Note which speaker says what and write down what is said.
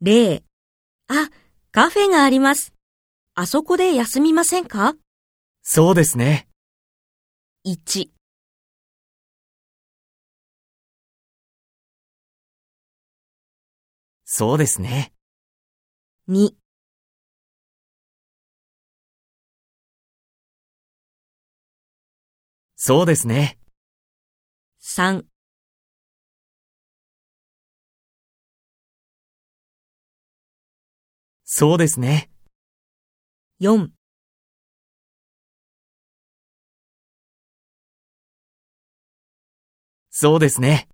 Speaker 1: 例。あ、カフェがあります。あそこで休みませんか
Speaker 2: そうですね。
Speaker 1: ?1、
Speaker 2: そうですね。
Speaker 1: 2、
Speaker 2: そうですね。
Speaker 1: 3。
Speaker 2: そうですね。
Speaker 1: 4
Speaker 2: そうですね。